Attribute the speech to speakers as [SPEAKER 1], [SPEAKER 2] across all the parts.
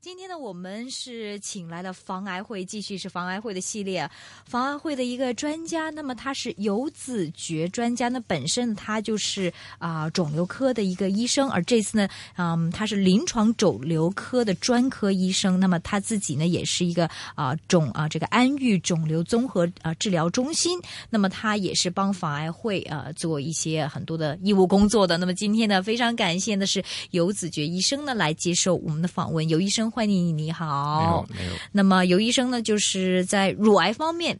[SPEAKER 1] 今天呢，我们是请来了防癌会，继续是防癌会的系列，防癌会的一个专家。那么他是游子觉专家，那本身他就是啊、肿瘤科的一个医生，而这次呢，嗯，他是临床肿瘤科的专科医生。那么他自己呢，也是一个啊、肿啊、这个安裕肿瘤综合啊、治疗中心。那么他也是帮防癌会啊、做一些很多的义务工作的。那么今天呢，非常感谢的是游子觉医生呢来接受我们的访问。游医生，欢迎你，你
[SPEAKER 2] 没
[SPEAKER 1] 好
[SPEAKER 2] 有。没有，
[SPEAKER 1] 那么尤医生呢，就是在乳癌方面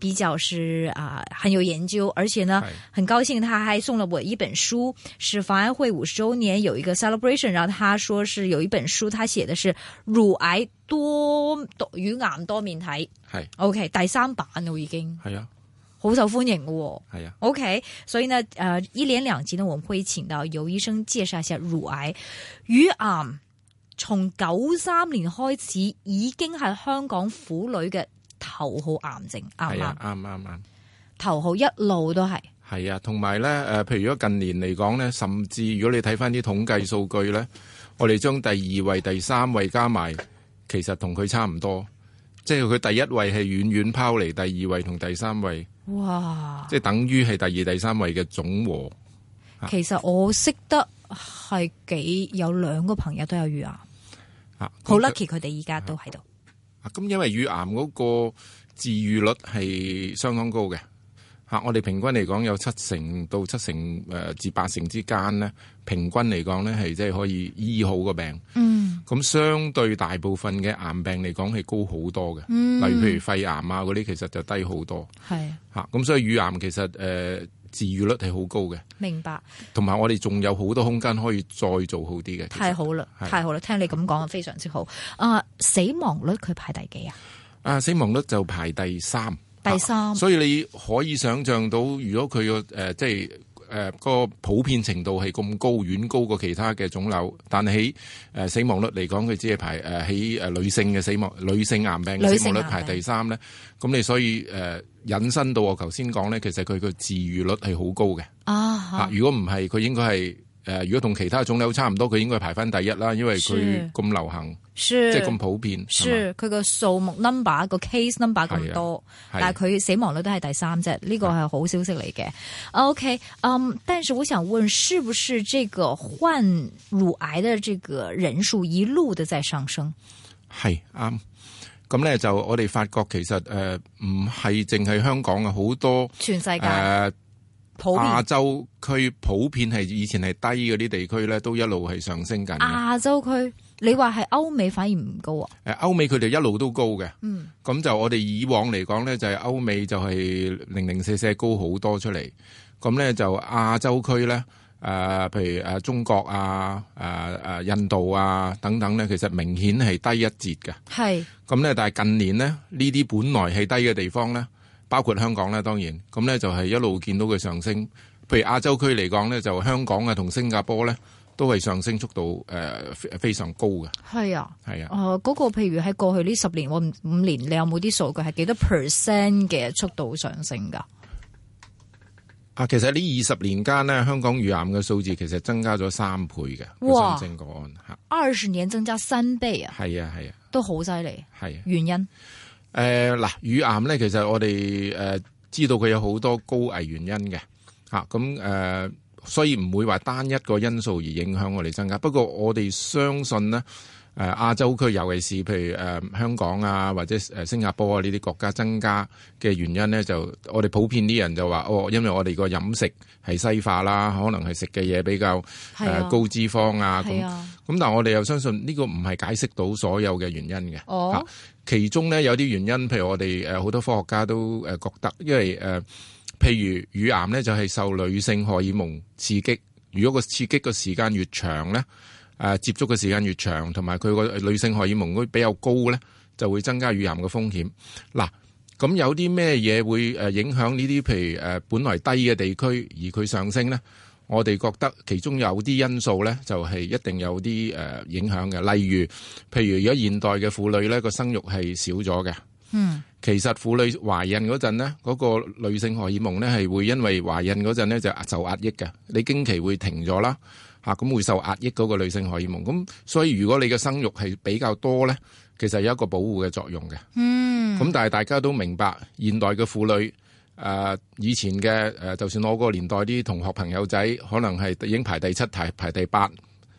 [SPEAKER 1] 比较是啊、很有研究，而且
[SPEAKER 3] 啊
[SPEAKER 1] 呢
[SPEAKER 2] 哎，
[SPEAKER 1] 很高兴他还送了我一本书，是防癌会五十周年有一个 celebration，然后他说是有一本书，他写的是乳癌多毒乳癌多面體
[SPEAKER 2] 係
[SPEAKER 1] ，OK 第三版咯已經
[SPEAKER 2] 係啊
[SPEAKER 1] 好受歡迎嘅喎、
[SPEAKER 2] 係啊，
[SPEAKER 1] OK，所以呢，呃，一连两集呢，我们会请到尤醫生介紹一下乳癌。乳癌從九三年開始已經係香港婦女嘅頭號癌症，啱唔
[SPEAKER 2] 係
[SPEAKER 1] 啱
[SPEAKER 2] 啊，？啱啱啱。
[SPEAKER 1] 頭號一路都係，
[SPEAKER 2] 係啊，同埋咧，誒、譬如如果近年嚟講咧，甚至如果你睇翻啲統計數據咧，我哋將第二位、第三位加埋，其實同佢差唔多，即係佢第一位係遠遠拋離第二位同第三位，
[SPEAKER 1] 哇！
[SPEAKER 2] 即係啊等於係第二、第三位嘅總和。
[SPEAKER 1] 其實我識得係幾有兩個朋友都有乳癌，
[SPEAKER 2] 啊，
[SPEAKER 1] 好
[SPEAKER 2] 咁
[SPEAKER 1] lucky 佢哋而家都喺度。
[SPEAKER 2] 啊咁因為乳癌嗰個治愈率係相當高嘅，嚇、我哋平均嚟講有七成到七成誒、呃至八成之間咧，平均嚟講咧係即係可以醫好個病。
[SPEAKER 1] 嗯
[SPEAKER 2] 咁相對大部分嘅癌病嚟講係高好多嘅，
[SPEAKER 1] 嗯，
[SPEAKER 2] 例如譬如肺癌啊嗰啲，其實就低好多
[SPEAKER 1] 係
[SPEAKER 2] 嚇。咁、所以乳癌其實誒、呃治愈率係好高嘅，
[SPEAKER 1] 明白。
[SPEAKER 2] 同埋我哋仲有好多空間可以再做好啲嘅。其實
[SPEAKER 1] 太好啦，
[SPEAKER 2] 係
[SPEAKER 1] 太好啦！聽你咁講非常之好。啊、死亡率佢排第幾啊？
[SPEAKER 2] 啊，死亡率就排第三。
[SPEAKER 1] 第三，
[SPEAKER 2] 啊所以你可以想象到，如果佢個誒即係誒個普遍程度係咁高，遠高過其他嘅腫瘤，但係喺誒死亡率嚟講，佢只係排誒喺誒女性嘅死亡、女性癌病嘅死亡率排第三咧。咁你所以誒、呃引申到我頭先講咧，其實佢個治愈率係好高嘅
[SPEAKER 1] 啊
[SPEAKER 2] 嚇、
[SPEAKER 1] 哈，
[SPEAKER 2] 如果唔係，佢應該係誒、呃如果同其他腫瘤差唔多，佢應該排翻第一啦，因為
[SPEAKER 1] 是
[SPEAKER 2] 佢咁流行，即
[SPEAKER 1] 是
[SPEAKER 2] 係咁普遍，係嘛
[SPEAKER 1] 是佢個數目 number 個 case number 咁多，
[SPEAKER 2] 係
[SPEAKER 1] 但係佢死亡率都係第三啫，呢個係好消息嚟嘅。OK，嗯，但是我想問，是不是這個患乳癌的這個人數一路的在上升？
[SPEAKER 2] 係啱。咁咧就我哋發覺其實誒唔係淨係香港嘅，好多
[SPEAKER 1] 全世
[SPEAKER 2] 誒、
[SPEAKER 1] 界、
[SPEAKER 2] 呃、
[SPEAKER 1] 普
[SPEAKER 2] 亞
[SPEAKER 1] 遍
[SPEAKER 2] 洲區普遍係以前係低嗰啲地區咧，都一路係上升緊嘅。誒、
[SPEAKER 1] 亞洲區，你話係歐美反而唔高啊？
[SPEAKER 2] 呃歐美佢哋一路都高嘅，
[SPEAKER 1] 嗯，
[SPEAKER 2] 咁就我哋以往嚟講咧，就係、歐美就係零零四四高好多出嚟。咁咧就亞洲區咧，誒、譬如誒、呃中國啊、誒、呃、誒印度啊等等咧，其實明顯係低一截嘅。
[SPEAKER 1] 係
[SPEAKER 2] 咁咧，但係近年咧，呢啲本來係低嘅地方咧，包括香港咧，當然，咁咧就係一路見到佢上升。譬如亞洲區嚟講咧，就香港啊同新加坡咧，都係上升速度誒、呃非非常高嘅，
[SPEAKER 1] 係啊。
[SPEAKER 2] 係啊。
[SPEAKER 1] 哦，嗰、個譬如喺過去呢十年，我唔五年，你有冇啲數據係幾多 percent 嘅速度上升㗎？
[SPEAKER 2] 啊，其實呢二十年間咧，香港乳癌嘅數字其實增加咗三倍嘅個
[SPEAKER 1] 哇
[SPEAKER 2] 上升個案嚇，
[SPEAKER 1] 二十年增加三倍啊，
[SPEAKER 2] 係啊係啊
[SPEAKER 1] 都好犀利。
[SPEAKER 2] 係啊。
[SPEAKER 1] 原因
[SPEAKER 2] 誒嗱，乳癌咧，其實我哋誒、呃知道佢有好多高危原因嘅嚇，咁、誒、所以唔會話單一個因素而影響我哋增加。不過我哋相信咧，誒、亞洲區尤其是譬如誒、呃香港啊，或者誒新加坡啊呢啲國家增加嘅原因咧，就我哋普遍啲人就話哦，因為我哋個飲食係西化啦，可能係食嘅嘢比較誒、
[SPEAKER 1] 係
[SPEAKER 2] 呃
[SPEAKER 1] 啊，
[SPEAKER 2] 高脂肪啊咁
[SPEAKER 1] 係。啊，
[SPEAKER 2] 咁但係我哋又相信呢個唔係解釋到所有嘅原因嘅。
[SPEAKER 1] 哦
[SPEAKER 2] 嚇其中咧有啲原因，譬如我哋誒好多科學家都誒覺得，因為誒、呃譬如乳癌咧就係受女性荷爾蒙刺激，如果個刺激個時間越長咧，誒、呃接觸嘅時間越長，同埋佢個女性荷爾蒙會比較高咧，就會增加乳癌嘅風險。嗱，咁有啲咩嘢會誒影響呢啲譬如誒、呃本來低嘅地區而佢上升咧？我哋覺得其中有啲因素咧，就係、一定有啲誒、呃影響嘅，例如譬如如果現代嘅婦女咧個生育係少咗嘅，
[SPEAKER 1] 嗯，
[SPEAKER 2] 其實婦女懷孕嗰陣咧，嗰、個女性荷爾蒙咧係會因為懷孕嗰陣咧就受壓抑嘅，你經期會停咗啦，嚇、咁會受壓抑嗰個女性荷爾蒙。咁所以如果你嘅生育係比較多咧，其實有一個保護嘅作用嘅。
[SPEAKER 1] 嗯，
[SPEAKER 2] 咁但係大家都明白，現代嘅婦女誒、呃以前嘅誒、呃就算我個年代啲同學朋友仔，可能係已經排第七、排排第八、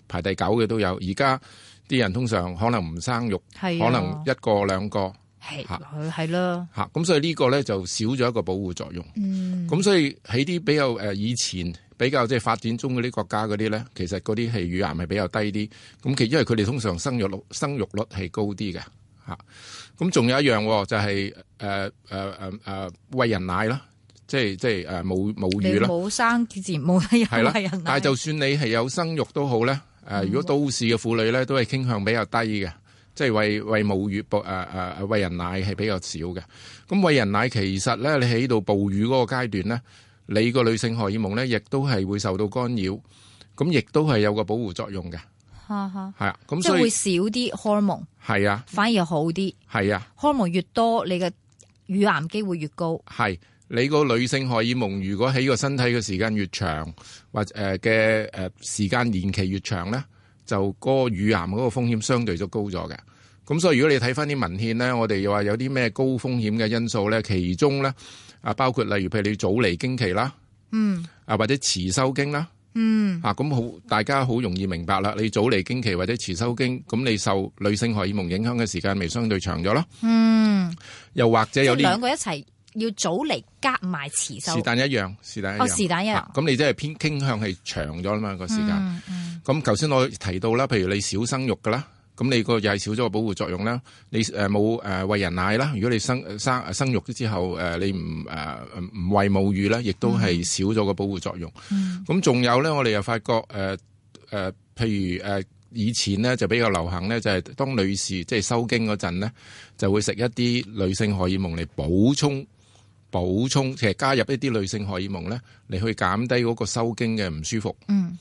[SPEAKER 2] 排第九嘅都有。而家啲人通常可能唔生育，
[SPEAKER 1] 係啊
[SPEAKER 2] 可能一個兩個
[SPEAKER 1] 係
[SPEAKER 2] 嚇
[SPEAKER 1] 係咯，
[SPEAKER 2] 嚇，咁、所以呢個咧就少咗一個保護作用。
[SPEAKER 1] 嗯，
[SPEAKER 2] 咁所以喺啲比較誒、呃以前比較即係發展中嗰啲國家嗰啲咧，其實嗰啲係乳癌係比較低啲。咁其因為佢哋通常生育率生育率係高啲嘅嚇。咁、仲有一樣喎就係呃誒誒誒誒喂呃人奶啦，即係即係誒呃母母
[SPEAKER 1] 你
[SPEAKER 2] 乳啦，
[SPEAKER 1] 冇生之前冇 得有啊
[SPEAKER 2] 係啦嗯
[SPEAKER 1] 懷孕。
[SPEAKER 2] 但係就算你係有生育都好咧，誒、如果都市嘅婦女咧都係傾向比較低嘅，即係喂喂母乳哺誒誒誒喂人奶係比較少嘅。咁喂人奶其實咧，你喺度哺乳嗰個階段咧，你個女性荷爾蒙咧亦都係會受到干擾，咁亦都係有個保護作用嘅，
[SPEAKER 1] 哈哈
[SPEAKER 2] 係啊。咁
[SPEAKER 1] 即係
[SPEAKER 2] 所以
[SPEAKER 1] 會少啲荷爾蒙，
[SPEAKER 2] 係啊，
[SPEAKER 1] 反而好啲。
[SPEAKER 2] 係啊，
[SPEAKER 1] 荷爾蒙越多，你嘅乳癌機會越高。
[SPEAKER 2] 係。你個女性荷爾蒙如果喺個身體嘅時間越長，或者誒嘅誒時間年期越長咧，就嗰個乳癌嗰個風險相對就高咗嘅。咁所以如果你睇翻啲文獻咧，我哋又話有啲咩高風險嘅因素咧，其中咧啊包括例如譬如你早嚟經期啦，
[SPEAKER 1] 嗯
[SPEAKER 2] 啊或者遲收經啦，
[SPEAKER 1] 嗯，
[SPEAKER 2] 啊咁好大家好容易明白啦。你早嚟經期或者遲收經，咁你受女性荷爾蒙影響嘅時間咪相對長咗咯。
[SPEAKER 1] 嗯，
[SPEAKER 2] 又或者
[SPEAKER 1] 即係
[SPEAKER 2] 有
[SPEAKER 1] 兩
[SPEAKER 2] 啲
[SPEAKER 1] 個一齊要早嚟夾埋遲收
[SPEAKER 2] 是。但一樣，是但一
[SPEAKER 1] 哦，
[SPEAKER 2] 樣。
[SPEAKER 1] 是但一樣
[SPEAKER 2] 啊。咁你即係偏傾向係長咗啦嘛個時間。
[SPEAKER 1] 嗯嗯
[SPEAKER 2] 咁頭先我提到啦，譬如你少生育噶啦，咁你個又係少咗個保護作用啦。你誒冇誒喂人奶啦，如果你生呃生生育之後誒、呃你唔誒唔喂母乳啦，亦都係少咗個保護作用。
[SPEAKER 1] 嗯
[SPEAKER 2] 咁仲、有咧，我哋又發覺誒誒、呃譬如誒。呃以前咧就比較流行咧，就係、當女士即係收經嗰陣咧，就會食一啲女性荷爾蒙嚟補充補充，其實加入一啲女性荷爾蒙咧嚟去減低嗰個收經嘅唔舒服。
[SPEAKER 1] 嗯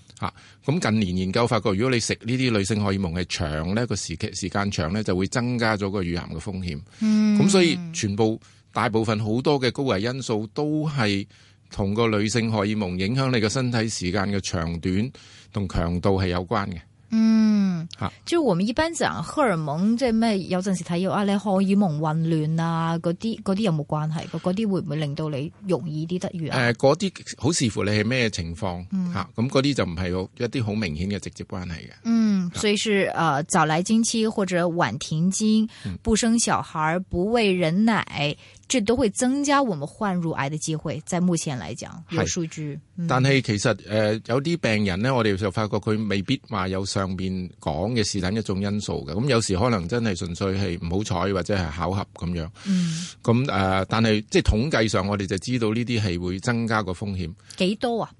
[SPEAKER 2] 咁近年研究發覺，如果你食呢啲女性荷爾蒙係長呢個時期時間長咧，就會增加咗個乳癌嘅風險。咁、
[SPEAKER 1] 嗯
[SPEAKER 2] 所以全部大部分好多嘅高危因素都係同個女性荷爾蒙影響你嘅身體時間嘅長短同強度係有關嘅。
[SPEAKER 1] 嗯
[SPEAKER 2] 嚇，
[SPEAKER 1] 即係我們一般就荷爾蒙，即係咩？有陣時睇到啊，你荷爾蒙混亂啊，嗰啲嗰啲有冇關係？嗰啲會唔會令到你容易啲得啊乳癌？
[SPEAKER 2] 誒嗰啲好視乎你係咩情況嚇，咁嗰啲就唔係好一啲好明顯嘅直接關係嘅。
[SPEAKER 1] 嗯，所以是呃早來經期或者晚停经，
[SPEAKER 2] 嗯
[SPEAKER 1] 不生小孩，不喂人奶，这都会增加我们患乳癌的机会。在目前来讲，有
[SPEAKER 2] 是
[SPEAKER 1] 数据。嗯
[SPEAKER 2] 但係其實誒、呃有啲病人咧，我哋就發覺佢未必話有上邊講嘅是但一種因素嘅，咁有時可能真係純粹係唔好彩或者係巧合咁樣。
[SPEAKER 1] 嗯，
[SPEAKER 2] 咁誒、呃但係即係統計上，我哋就知道呢啲係會增加個風險。誒、
[SPEAKER 1] 几多啊？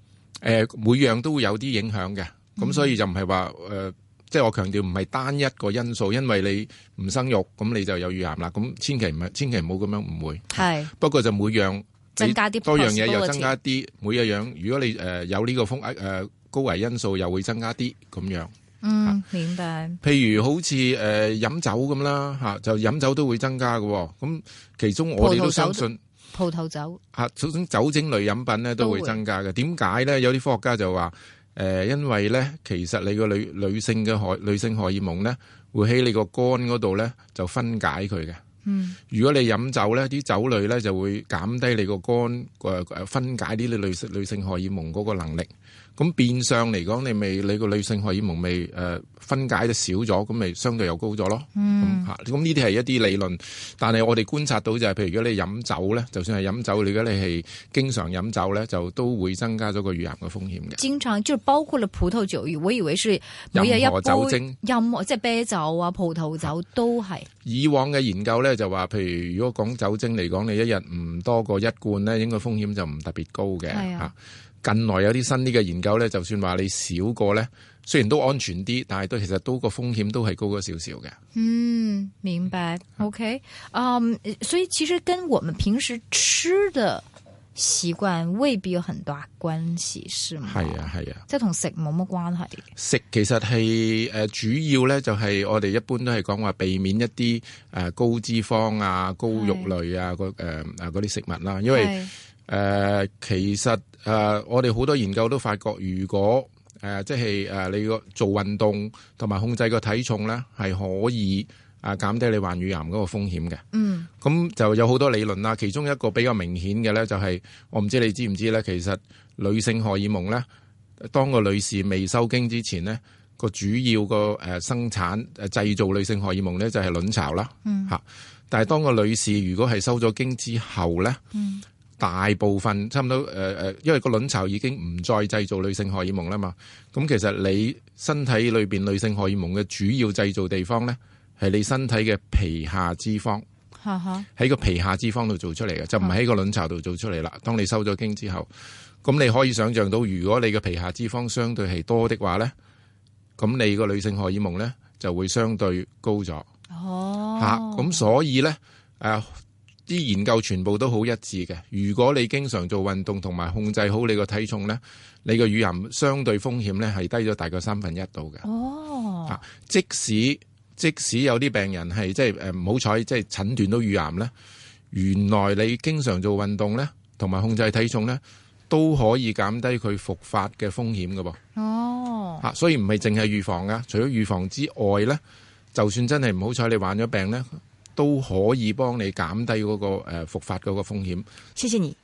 [SPEAKER 2] 每樣都會有啲影響嘅，咁所以就唔係話誒。呃即係我強調唔係單一個因素，因為你唔生育，咁你就有乳癌啦。咁千祈唔係，千祈唔好咁樣誤會。
[SPEAKER 1] 系
[SPEAKER 2] 不過就每樣
[SPEAKER 1] 增加啲
[SPEAKER 2] 多樣嘢又
[SPEAKER 1] possibility
[SPEAKER 2] 增加啲，每一樣如果你誒、呃有呢個風誒、呃高危因素又會增加啲咁樣。啊
[SPEAKER 1] 嗯，明白。
[SPEAKER 2] 譬如好似誒、呃、飲酒咁啦嚇，就飲酒都會增加嘅喎。咁其中我哋都
[SPEAKER 1] 葡萄酒
[SPEAKER 2] 相信
[SPEAKER 1] 葡萄酒，
[SPEAKER 2] 嚇，首先酒精類飲品咧都會
[SPEAKER 1] 都會
[SPEAKER 2] 增加嘅。點解咧？有啲科學家就話誒、呃因為咧其實你個女女性嘅荷女性荷爾蒙咧會喺你個肝嗰度咧就分解佢嘅。
[SPEAKER 1] 嗯
[SPEAKER 2] 如果你飲酒咧，啲酒類咧就會減低你個肝誒誒分解呢啲女性女性荷爾蒙嗰個能力。咁變相嚟講，你咪你個女性荷爾蒙咪誒、呃分解得少咗，咁咪相對又高咗咯。咁
[SPEAKER 1] 嗯
[SPEAKER 2] 嚇，咁呢啲係一啲理論，但係我哋觀察到就係、譬如如果你飲酒咧，就算係飲酒，如果你係經常飲酒咧，就都會增加咗個乳癌嘅風險嘅。
[SPEAKER 1] 經常就包括了葡萄酒，我以為是每日
[SPEAKER 2] 任
[SPEAKER 1] 一杯
[SPEAKER 2] 何酒精，
[SPEAKER 1] 任何即係啤酒啊、葡萄酒都係。
[SPEAKER 2] 以往嘅研究咧就話，譬如如果講酒精嚟講，你一日唔多過一罐咧，應該風險就唔特別高嘅
[SPEAKER 1] 係啊
[SPEAKER 2] 嚇近來有啲新啲嘅研究咧，就算話你少過咧，雖然都安全啲，但係都其實都個風險都係高咗少少嘅。
[SPEAKER 1] 嗯，明白。OK，嗯、所以其实跟我们平时吃的習慣未必有很大關係，是嗎？
[SPEAKER 2] 係啊，係啊。
[SPEAKER 1] 即係同食冇乜關係嘅。
[SPEAKER 2] 食其實係誒、呃主要咧，就係、我哋一般都係講話避免一啲誒、呃高脂肪啊、高肉類啊、個誒啊嗰啲食物啦。因為誒、
[SPEAKER 1] 係
[SPEAKER 2] 呃其實誒、呃我哋好多研究都發覺，如果誒、呃即係誒、呃你個做運動同埋控制個體重咧，係可以啊減低你患乳癌嗰個風險嘅。
[SPEAKER 1] 嗯
[SPEAKER 2] 咁就有好多理論啦，其中一個比較明顯嘅咧，就係我唔知你知唔知咧，其實女性荷爾蒙咧，當個女士未收經之前咧，個主要個誒生產誒製造女性荷爾蒙咧就係卵巢啦，
[SPEAKER 1] 嗯
[SPEAKER 2] 嚇、但係當個女士如果係收咗經之後咧，
[SPEAKER 1] 嗯
[SPEAKER 2] 大部分差唔多誒誒、呃因為個卵巢已經唔再製造女性荷爾蒙啦嘛，咁其實你身體裏邊女性荷爾蒙嘅主要製造地方咧，係你身體嘅皮下脂肪。
[SPEAKER 1] 哈哈，
[SPEAKER 2] 喺個皮下脂肪度做出嚟嘅，就唔係喺個卵巢度做出嚟啦。當你收咗經之後，咁你可以想象到，如果你嘅皮下脂肪相對係多的話呢，咁你個女性荷爾蒙呢就會相對高咗嚇。
[SPEAKER 1] 哦，
[SPEAKER 2] 咁、所以呢，誒、啲研究全部都好一致嘅。如果你經常做運動同埋控制好你個體重呢，你個乳癌相對風險呢係低咗大概三分一度嘅。
[SPEAKER 1] 哦，
[SPEAKER 2] 啊即使即使有啲病人係即係誒唔好彩，即係診斷到乳癌咧，原來你經常做運動咧，同埋控制體重咧，都可以減低佢復發嘅風險嘅噃。
[SPEAKER 1] 哦，
[SPEAKER 2] 嚇、所以唔係淨係預防噶，除咗預防之外咧，就算真係唔好彩你患咗病咧，都可以幫你減低嗰、個誒、呃、復發嗰個風險。
[SPEAKER 1] 謝謝你。